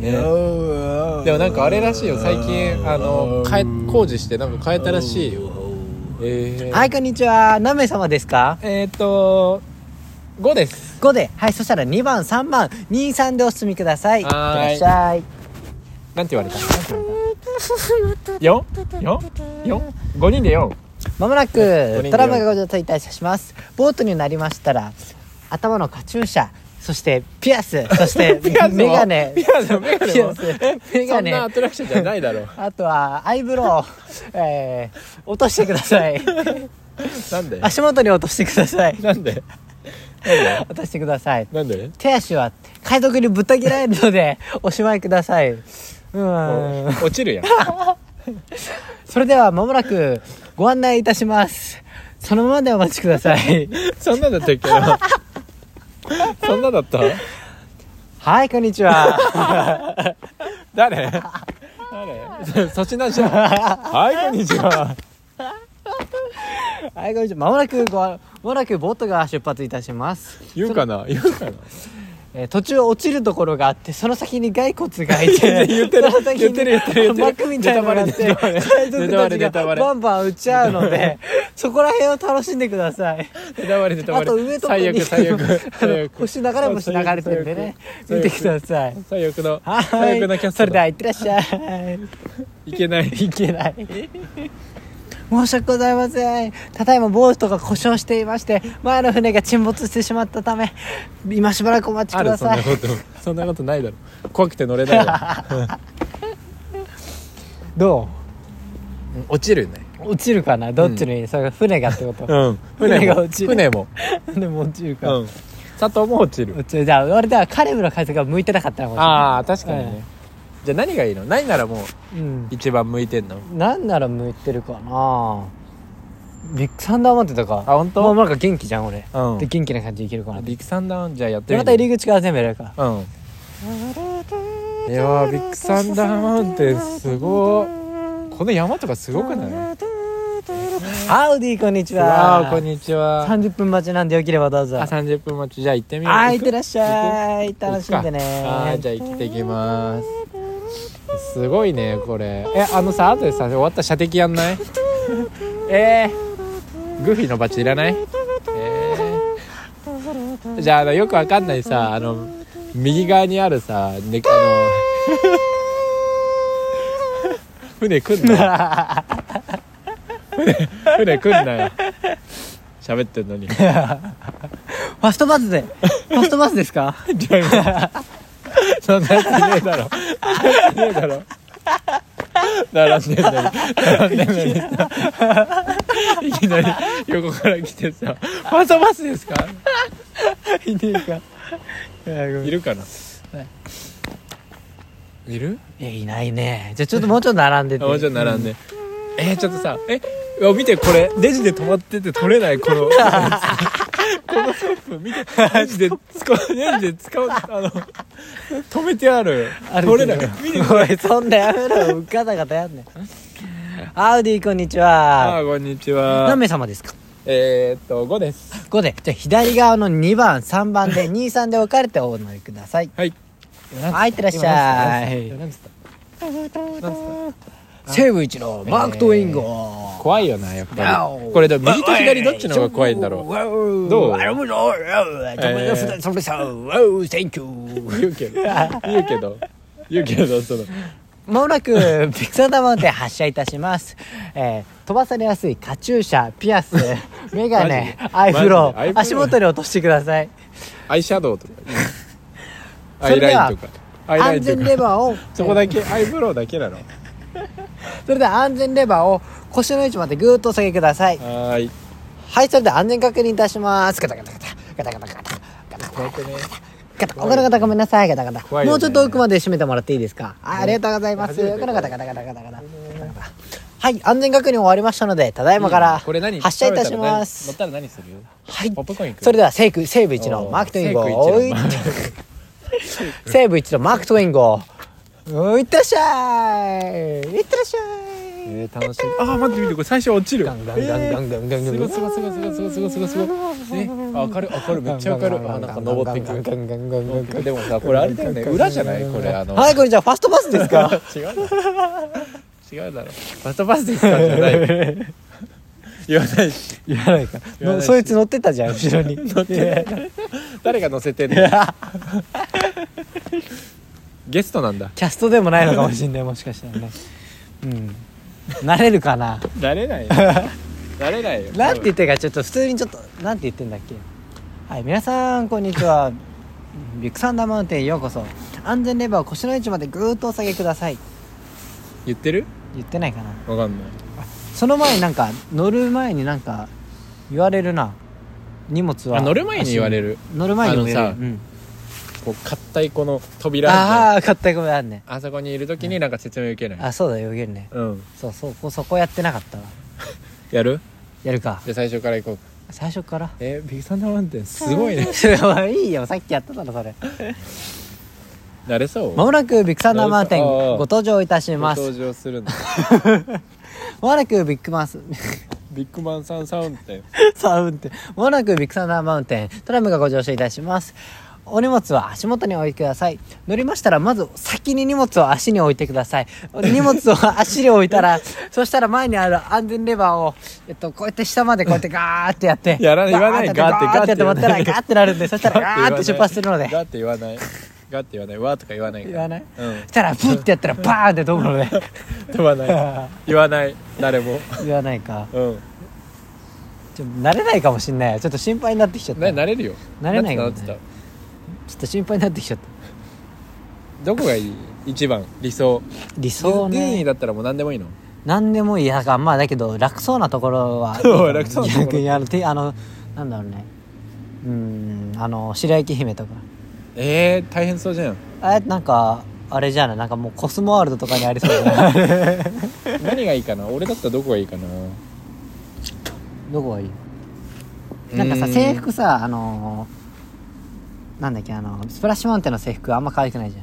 [SPEAKER 2] でもなんかあれらしいよ最近あの変え工事してなんか変えたらしいよえー、
[SPEAKER 1] はいこんにちは何名様ですか
[SPEAKER 2] えーっと5です
[SPEAKER 1] 5ではいそしたら2番3番23でお進みくださいいって
[SPEAKER 2] はーい
[SPEAKER 1] らっしゃい
[SPEAKER 2] なんて言われたなんて言われた四四四五人で四
[SPEAKER 1] まもなく
[SPEAKER 2] 人
[SPEAKER 1] トラムがご乗車いたしますボートになりましたら頭のカチューシャそしてピアスそして
[SPEAKER 2] ピアスも
[SPEAKER 1] メガネ
[SPEAKER 2] ピアスもメガネ
[SPEAKER 1] ピア
[SPEAKER 2] も
[SPEAKER 1] ス
[SPEAKER 2] え
[SPEAKER 1] メガネ
[SPEAKER 2] そんなアトラクションじゃな いだろう
[SPEAKER 1] あとはアイブロウ、えー、落としてくださ い
[SPEAKER 2] なんで
[SPEAKER 1] 足元に落としてください
[SPEAKER 2] なんでなんで
[SPEAKER 1] 落としてください
[SPEAKER 2] なんで
[SPEAKER 1] 手足は海賊にぶった切られるの でおしまいくださいうーん
[SPEAKER 2] 落ちるやん
[SPEAKER 1] それではまもなくご案内いたしますそのままでお待ちくださ い
[SPEAKER 2] そんなだったっけ なそんなだった
[SPEAKER 1] はいこんにちは
[SPEAKER 2] 誰誰 そ粗品じゃんはいこんにちは
[SPEAKER 1] はい、こんにちは。まもなくご、まもなくボートが出発いたします。
[SPEAKER 2] 言うかな言うかな
[SPEAKER 1] えー途中落ちるところがあって、その先に骸骨がいて、
[SPEAKER 2] 言ってる
[SPEAKER 1] その先に
[SPEAKER 2] 言ってる言ってる言ってる
[SPEAKER 1] 幕みたいなのがあって、
[SPEAKER 2] ネタバレネタバレ
[SPEAKER 1] 海賊たち
[SPEAKER 2] ネタバ
[SPEAKER 1] が
[SPEAKER 2] レ
[SPEAKER 1] バンバン打ち合うの で、そこら辺を楽しんでください。
[SPEAKER 2] ネタバレネタバ
[SPEAKER 1] あ
[SPEAKER 2] レ
[SPEAKER 1] と上とかに
[SPEAKER 2] 最悪最悪
[SPEAKER 1] あ
[SPEAKER 2] 最
[SPEAKER 1] の
[SPEAKER 2] 悪
[SPEAKER 1] 星流れ星流れてるんでね、
[SPEAKER 2] 最
[SPEAKER 1] 見
[SPEAKER 2] 悪
[SPEAKER 1] てください。
[SPEAKER 2] 最悪の
[SPEAKER 1] はい、
[SPEAKER 2] 最悪のキャス
[SPEAKER 1] そ
[SPEAKER 2] ト
[SPEAKER 1] れでは
[SPEAKER 2] だ
[SPEAKER 1] いってらっしゃい。
[SPEAKER 2] いけない
[SPEAKER 1] い けない。申し訳ございません。ただいまボートが故障していまして、前の船が沈没してしまったため、今しばらくお待ち
[SPEAKER 2] あ
[SPEAKER 1] く
[SPEAKER 2] る
[SPEAKER 1] だ
[SPEAKER 2] そん
[SPEAKER 1] さ。
[SPEAKER 2] ないことそんなことないだろ怖くて乗れないわ
[SPEAKER 1] ど
[SPEAKER 2] 落ちるね
[SPEAKER 1] う 落ちるかなどっちのいい、それが船がってこと。
[SPEAKER 2] うん船
[SPEAKER 1] 船
[SPEAKER 2] も
[SPEAKER 1] が落ちる
[SPEAKER 2] 船も
[SPEAKER 1] でも落ちるか。
[SPEAKER 2] うん佐藤も落ちる
[SPEAKER 1] 落ちる。じゃあ、俺ではカリブの海賊が向いてなかったのかもしれな
[SPEAKER 2] ああ確かに
[SPEAKER 1] は
[SPEAKER 2] ね
[SPEAKER 1] い
[SPEAKER 2] じゃあ何がいいのないならもう
[SPEAKER 1] い。うん。
[SPEAKER 2] 一番向いてんの
[SPEAKER 1] なんなら向いてるかなビッグサンダーマウンテンとか。
[SPEAKER 2] あ本当
[SPEAKER 1] もうなんか元気じゃん、俺。
[SPEAKER 2] うん
[SPEAKER 1] で、元気な感じでいけるかなって。
[SPEAKER 2] ビッグサンダーじゃあやって
[SPEAKER 1] で
[SPEAKER 2] み
[SPEAKER 1] また入り口から全部やるから。
[SPEAKER 2] うんいやービッグサンダーマウンテンすごいこの山とかすごくない
[SPEAKER 1] アウディ、こんにちは。
[SPEAKER 2] わあこんにちは
[SPEAKER 1] 30分待ちなんでよければどうぞ
[SPEAKER 2] あ30分待ちじゃあ行ってみよう
[SPEAKER 1] はいいってらっしゃい
[SPEAKER 2] 行く
[SPEAKER 1] 楽しんでね
[SPEAKER 2] あーじゃあ行ってきますすごいねこれえあのさあとでさ終わったら射的やんないえー、グフィーのバチいらないえー、じゃああのよくわかんないさあの右側にあるさ、ね、あの 船来んな船船来んなよ喋ってんのにじゃ
[SPEAKER 1] ファストバスでファストバスですか
[SPEAKER 2] あ今そんなやついねえだろそんなやついねえだろ並んでんのに並んでんのにさいきなり横から来てさ「ファーストバスですか?
[SPEAKER 1] いねえかいや」
[SPEAKER 2] いるかな
[SPEAKER 1] はい
[SPEAKER 2] いる
[SPEAKER 1] いないねじゃあちょっともうちょっと並んでて
[SPEAKER 2] あもうちょっと並んで、えー、ちょっとさえうわ見てこれレジで止まってて取れない このこのスコップ見てレジで使うレジで使うあの止めてある
[SPEAKER 1] ある
[SPEAKER 2] 取れない見てこれ
[SPEAKER 1] おいそんなやめろガタガタやんねんアウディこんにち
[SPEAKER 2] あ
[SPEAKER 1] は
[SPEAKER 2] ーこんにち
[SPEAKER 1] 何
[SPEAKER 2] は
[SPEAKER 1] 名様ですか
[SPEAKER 2] えー、っと5です
[SPEAKER 1] ここでじゃあ左側の2番3番 で23で分かれてお乗りください
[SPEAKER 2] はい
[SPEAKER 1] はいいってらっしゃい
[SPEAKER 2] 何ですか
[SPEAKER 1] 西武一郎マーク・トウインゴ
[SPEAKER 2] 怖いよなやっ
[SPEAKER 1] あ
[SPEAKER 2] ぱり
[SPEAKER 1] ー
[SPEAKER 2] これでも右と左どっちの方が怖いんだろう
[SPEAKER 1] う
[SPEAKER 2] どう
[SPEAKER 1] あれもどう
[SPEAKER 2] えー
[SPEAKER 1] それさ、Wow, thank you
[SPEAKER 2] 言うけど言うけど言うけどその
[SPEAKER 1] まもなく、ビッグサンダーマウンテン発射いたします。えー飛ばされやすいカチューシャ、ピ アス、メガネ、
[SPEAKER 2] マジ
[SPEAKER 1] アイフロ
[SPEAKER 2] マジアイ
[SPEAKER 1] ー、
[SPEAKER 2] フロウ
[SPEAKER 1] 足元に落としてください。
[SPEAKER 2] アイシャドウとか
[SPEAKER 1] そ
[SPEAKER 2] ア
[SPEAKER 1] れ
[SPEAKER 2] イ
[SPEAKER 1] で
[SPEAKER 2] ラ
[SPEAKER 1] は
[SPEAKER 2] インとかアイライ
[SPEAKER 1] 安
[SPEAKER 2] ンと
[SPEAKER 1] 全
[SPEAKER 2] か
[SPEAKER 1] レバーを
[SPEAKER 2] そこだけアイブロウだけだろ
[SPEAKER 1] それでは安全レバーを腰の位置までぐーっとお下げください
[SPEAKER 2] はーい
[SPEAKER 1] はいそれでは安全確認いたしますガタガタガタガタガタガタガタ
[SPEAKER 2] こうやってね
[SPEAKER 1] ガタガタガタガタごめんなさいガタガタ
[SPEAKER 2] 怖いよね
[SPEAKER 1] もうちょっと奥まで閉めてもらっていいですかあありがとうございますガ
[SPEAKER 2] 初めて
[SPEAKER 1] タガタガタガタガタガタガタはい安全確認終わりましたのでただいまから
[SPEAKER 2] これ何
[SPEAKER 1] 発射いたします
[SPEAKER 2] 乗ったら何する
[SPEAKER 1] はい
[SPEAKER 2] ポップコーン行く
[SPEAKER 1] それでは西武西武一のマーク・トゥインゴ
[SPEAKER 2] おー
[SPEAKER 1] 西武一のマーク・トゥインゴおーいってらっしゃいいってらっしゃい
[SPEAKER 2] えー、楽しい
[SPEAKER 3] あー待って見てこれ最初落ちる
[SPEAKER 1] ガンガンガンガンガンガンガン
[SPEAKER 2] すごいすごいすごいすごいすごいすごいすごいすごいえあ明るい明るいめっちゃ明るいあなんか登ってく
[SPEAKER 1] ガンガンガンガンガン
[SPEAKER 2] でもさこれあれだよね裏じゃないこれあの
[SPEAKER 1] はいこれじゃあファストパスです か
[SPEAKER 2] 違うだろ違うだろバトバスですかじゃないよ言わないし
[SPEAKER 1] いやないか
[SPEAKER 2] 言わないし
[SPEAKER 1] そいつ乗ってたじゃん後ろに乗って
[SPEAKER 2] 誰が乗せてんのゲストなんだ
[SPEAKER 1] キャストでもないのかもしれないもしかしたらねうん慣れるかな
[SPEAKER 2] なれないよなれないよ
[SPEAKER 1] なんて言ってるかちょっと普通にちょっとなんて言ってんだっけはい皆さんこんにちはビッグサンダーマウンテンへようこそ安全レバーを腰の位置までぐーっとお下げください
[SPEAKER 2] 言ってる
[SPEAKER 1] 言ってないかな
[SPEAKER 2] わかんない
[SPEAKER 1] その前になんか乗る前になんか言われるな荷物は
[SPEAKER 2] あ乗る前に言われ
[SPEAKER 1] る
[SPEAKER 2] る
[SPEAKER 1] 乗る前にも言われ
[SPEAKER 2] あの
[SPEAKER 1] る
[SPEAKER 2] さ
[SPEAKER 1] うん
[SPEAKER 2] こう硬いこの扉あるじゃん
[SPEAKER 1] ああ買ったごめんあんね
[SPEAKER 2] あそこにいる時になんか説明受けない
[SPEAKER 1] あそうだよ言えるね
[SPEAKER 2] うん
[SPEAKER 1] そうそうこそこやってなかったわ
[SPEAKER 2] やる
[SPEAKER 1] やるか
[SPEAKER 2] じゃあ最初から行こう
[SPEAKER 1] 最初から
[SPEAKER 2] えビッグサンダーマウンテンすごいね
[SPEAKER 1] いいよさっきやっただろそれ
[SPEAKER 2] なれそう
[SPEAKER 1] まもなくビッグサンダーマウンテン
[SPEAKER 2] なるほど
[SPEAKER 1] ご登場いたします
[SPEAKER 2] 登場するんだ
[SPEAKER 1] まもなくビッグマウス
[SPEAKER 2] ビッグマンさんサウンテン
[SPEAKER 1] サウンテンまもなくビッグサンダーマウンテントラムがご乗車いたしますお荷物は足元に置いてください乗りましたらまず先に荷物を足に置いてください荷物を 足に置いたらそしたら前にある安全レバーを、えっと、こうやって下までこうやってガーってやって
[SPEAKER 2] やらない言わない
[SPEAKER 1] ガーってやってガ
[SPEAKER 2] ガー
[SPEAKER 1] ー
[SPEAKER 2] っ
[SPEAKER 1] ってて
[SPEAKER 2] やらな
[SPEAKER 1] や
[SPEAKER 2] い
[SPEAKER 1] ってガーってやってなるんでそしたら ガー
[SPEAKER 2] ガ
[SPEAKER 1] って出発するので
[SPEAKER 2] ガって言わないガって言わないわーとか言わないから
[SPEAKER 1] 言わない
[SPEAKER 2] うん
[SPEAKER 1] そしたらプッてやったらバーンって飛ぶので
[SPEAKER 2] 言わない言わない誰も
[SPEAKER 1] 言わないか
[SPEAKER 2] うん
[SPEAKER 1] ちょっと慣れないかもしんないちょっと心配になってきちゃった
[SPEAKER 2] な
[SPEAKER 1] ちょ
[SPEAKER 2] 慣れるよ
[SPEAKER 1] 慣れない
[SPEAKER 2] よ
[SPEAKER 1] よね
[SPEAKER 2] ってた
[SPEAKER 1] っと心配になってきちゃった
[SPEAKER 2] どこがいい一番理想
[SPEAKER 1] 理
[SPEAKER 2] ディ
[SPEAKER 1] 想
[SPEAKER 2] ズディズニー
[SPEAKER 1] ね
[SPEAKER 2] だったらもう何でもいいの
[SPEAKER 1] 何でもいいやまあだけど楽そうなところは
[SPEAKER 2] そう楽そうなところ
[SPEAKER 1] 逆にあのてあのなんだろうねうーんあの白雪姫とか
[SPEAKER 2] えー、大変そ うじゃん
[SPEAKER 1] あれなんかあれじゃないなんかもうコスモワールドとかにありそうじゃない
[SPEAKER 2] 何がいいかな俺だったらどこがいいかな
[SPEAKER 1] どこがいいなんかさ
[SPEAKER 2] うん
[SPEAKER 1] 制服さあのーなんだっけあのスプラッシュマウンテンの制服あんま可愛くないじゃ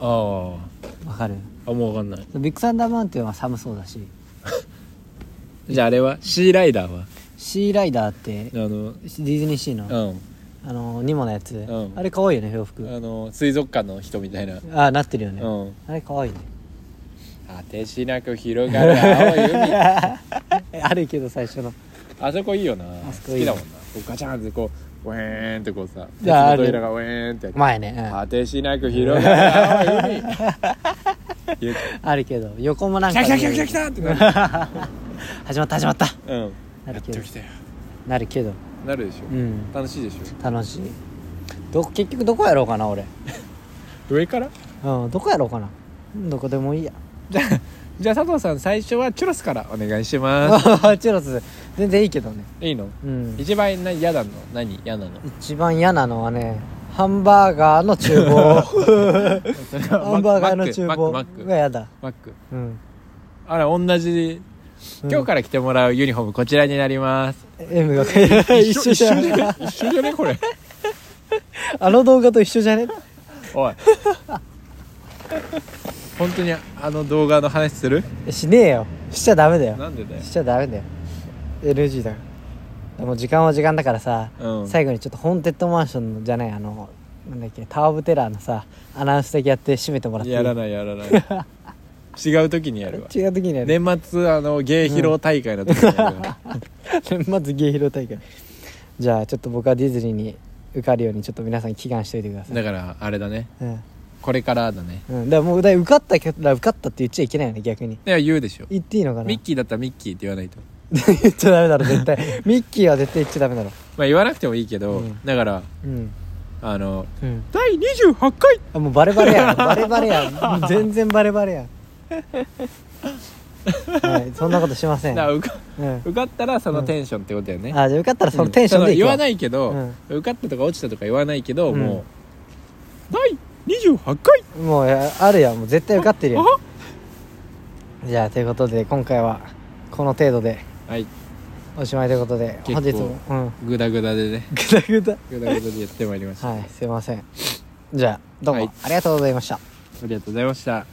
[SPEAKER 2] あ
[SPEAKER 1] んわかる
[SPEAKER 2] ああもう分かんない
[SPEAKER 1] ビッグサンダーマウンテンは寒そうだし
[SPEAKER 2] じゃああれはシーライダーは
[SPEAKER 1] シーライダーって
[SPEAKER 2] あの
[SPEAKER 1] ディズニーシーの、
[SPEAKER 2] うん
[SPEAKER 1] あのニモのやつ、
[SPEAKER 2] ん
[SPEAKER 1] あれ可愛いよね洋服、
[SPEAKER 2] あの水族館の人みたいな
[SPEAKER 1] ああなってるよね、
[SPEAKER 2] うん
[SPEAKER 1] あれ可愛いね
[SPEAKER 2] 果てしなく広がる青い海
[SPEAKER 1] あるけど最初の
[SPEAKER 2] あそこいいよな
[SPEAKER 1] あそ
[SPEAKER 2] 好
[SPEAKER 1] こい
[SPEAKER 2] き
[SPEAKER 1] い
[SPEAKER 2] だもんなこうガチャンってこうウェーンってこうさ鉄
[SPEAKER 1] いや
[SPEAKER 2] の
[SPEAKER 1] あれ
[SPEAKER 2] 扉がウェーンってやって
[SPEAKER 1] 前ね、うん
[SPEAKER 2] 果てしなく広がる青い海言う
[SPEAKER 1] あるけど横もなんか
[SPEAKER 2] 来た
[SPEAKER 1] ね、
[SPEAKER 2] 来た来た来た来たってなる
[SPEAKER 1] 始まった始まった
[SPEAKER 2] うん
[SPEAKER 1] な
[SPEAKER 2] や
[SPEAKER 1] る
[SPEAKER 2] っ
[SPEAKER 1] け
[SPEAKER 2] と
[SPEAKER 1] ど
[SPEAKER 2] きたよ
[SPEAKER 1] なるけど
[SPEAKER 2] なるでし
[SPEAKER 1] う
[SPEAKER 2] ょ
[SPEAKER 1] ん
[SPEAKER 2] 楽しいでし
[SPEAKER 1] 楽しいど結局どこやろうかな俺
[SPEAKER 2] ょ上から
[SPEAKER 1] うんどこやろうかなうんどこでもいいや
[SPEAKER 2] じゃあじゃあ佐藤さん最初はチュロスからお願いします
[SPEAKER 1] チュロス全然いいけどね
[SPEAKER 2] いいの
[SPEAKER 1] うん
[SPEAKER 2] 一番な嫌なの何嫌な の
[SPEAKER 1] 一番嫌なのはねハンバーガーの厨 房 ハンバーガーの厨房
[SPEAKER 2] マックマック
[SPEAKER 1] がやだ
[SPEAKER 2] マック
[SPEAKER 1] うん
[SPEAKER 2] あら同じ
[SPEAKER 1] うん
[SPEAKER 2] 今日から着てもらうユニフォームこちらになります
[SPEAKER 1] M が一緒じゃ
[SPEAKER 2] 一緒じゃ
[SPEAKER 1] ん
[SPEAKER 2] ね一緒じゃねこ れ
[SPEAKER 1] あの動画と一緒じゃね
[SPEAKER 2] おい本当にあの動画の話する
[SPEAKER 1] しねえよしちゃダメだよ
[SPEAKER 2] なんでだよ
[SPEAKER 1] しちゃダメだよ NG だよでも時間は時間だからさ、
[SPEAKER 2] うん
[SPEAKER 1] 最後にちょっとホーンテッドマンションのじゃないあのなんだっけタワー・オブ・テラーのさアナウンスだけやって締めてもらっていい
[SPEAKER 2] やらないやらない 違う時にやるわ
[SPEAKER 1] 違う時にやる、
[SPEAKER 2] 年末あの芸披露大会の時にやるわ
[SPEAKER 1] まず芸披露大会じゃあちょっと僕はディズニーに受かるようにちょっと皆さん祈願しといてください
[SPEAKER 2] だからあれだね
[SPEAKER 1] うん、
[SPEAKER 2] これからだね
[SPEAKER 1] うん、だからもうだから受かったから受かったって言っちゃいけないよね逆に
[SPEAKER 2] いや言うでしょ
[SPEAKER 1] 言っていいのかな
[SPEAKER 2] ミッキーだったらミッキーって言わないと
[SPEAKER 1] 言っちゃダメだろ絶対ミッキーは絶対言っちゃダメだろ
[SPEAKER 2] まあ言わなくてもいいけど、
[SPEAKER 1] うん
[SPEAKER 2] だから
[SPEAKER 1] うん
[SPEAKER 2] あの
[SPEAKER 1] うん
[SPEAKER 3] 第28回
[SPEAKER 1] あもうバレバレやんバレバレやんもう全然バレバレやんはいそんなことしませ
[SPEAKER 2] だ
[SPEAKER 1] ん、
[SPEAKER 2] か
[SPEAKER 1] う
[SPEAKER 2] ら
[SPEAKER 1] ん、あ
[SPEAKER 2] 受か受かったらそのテンションってことよね、
[SPEAKER 1] じゃあ受かったらそのテンションで
[SPEAKER 2] うん
[SPEAKER 1] い
[SPEAKER 2] 言
[SPEAKER 1] くわ
[SPEAKER 2] わないけど、
[SPEAKER 1] うん
[SPEAKER 2] 受かったとか落ちたとか言わないけど、
[SPEAKER 1] うん
[SPEAKER 2] も
[SPEAKER 3] 第28回
[SPEAKER 1] もうやあるやんもう絶対受かってるやん
[SPEAKER 3] あ
[SPEAKER 1] じゃあということで今回はこの程度で
[SPEAKER 2] うはい
[SPEAKER 1] おしまいということで
[SPEAKER 2] 結構
[SPEAKER 1] 本日もうん
[SPEAKER 2] グダグダでね
[SPEAKER 1] グダグダ
[SPEAKER 2] グダグダでやってまいりました、
[SPEAKER 1] はいすいませんじゃあどう
[SPEAKER 2] は
[SPEAKER 1] も
[SPEAKER 2] い
[SPEAKER 1] ありがとうございました、
[SPEAKER 2] ありがとうございました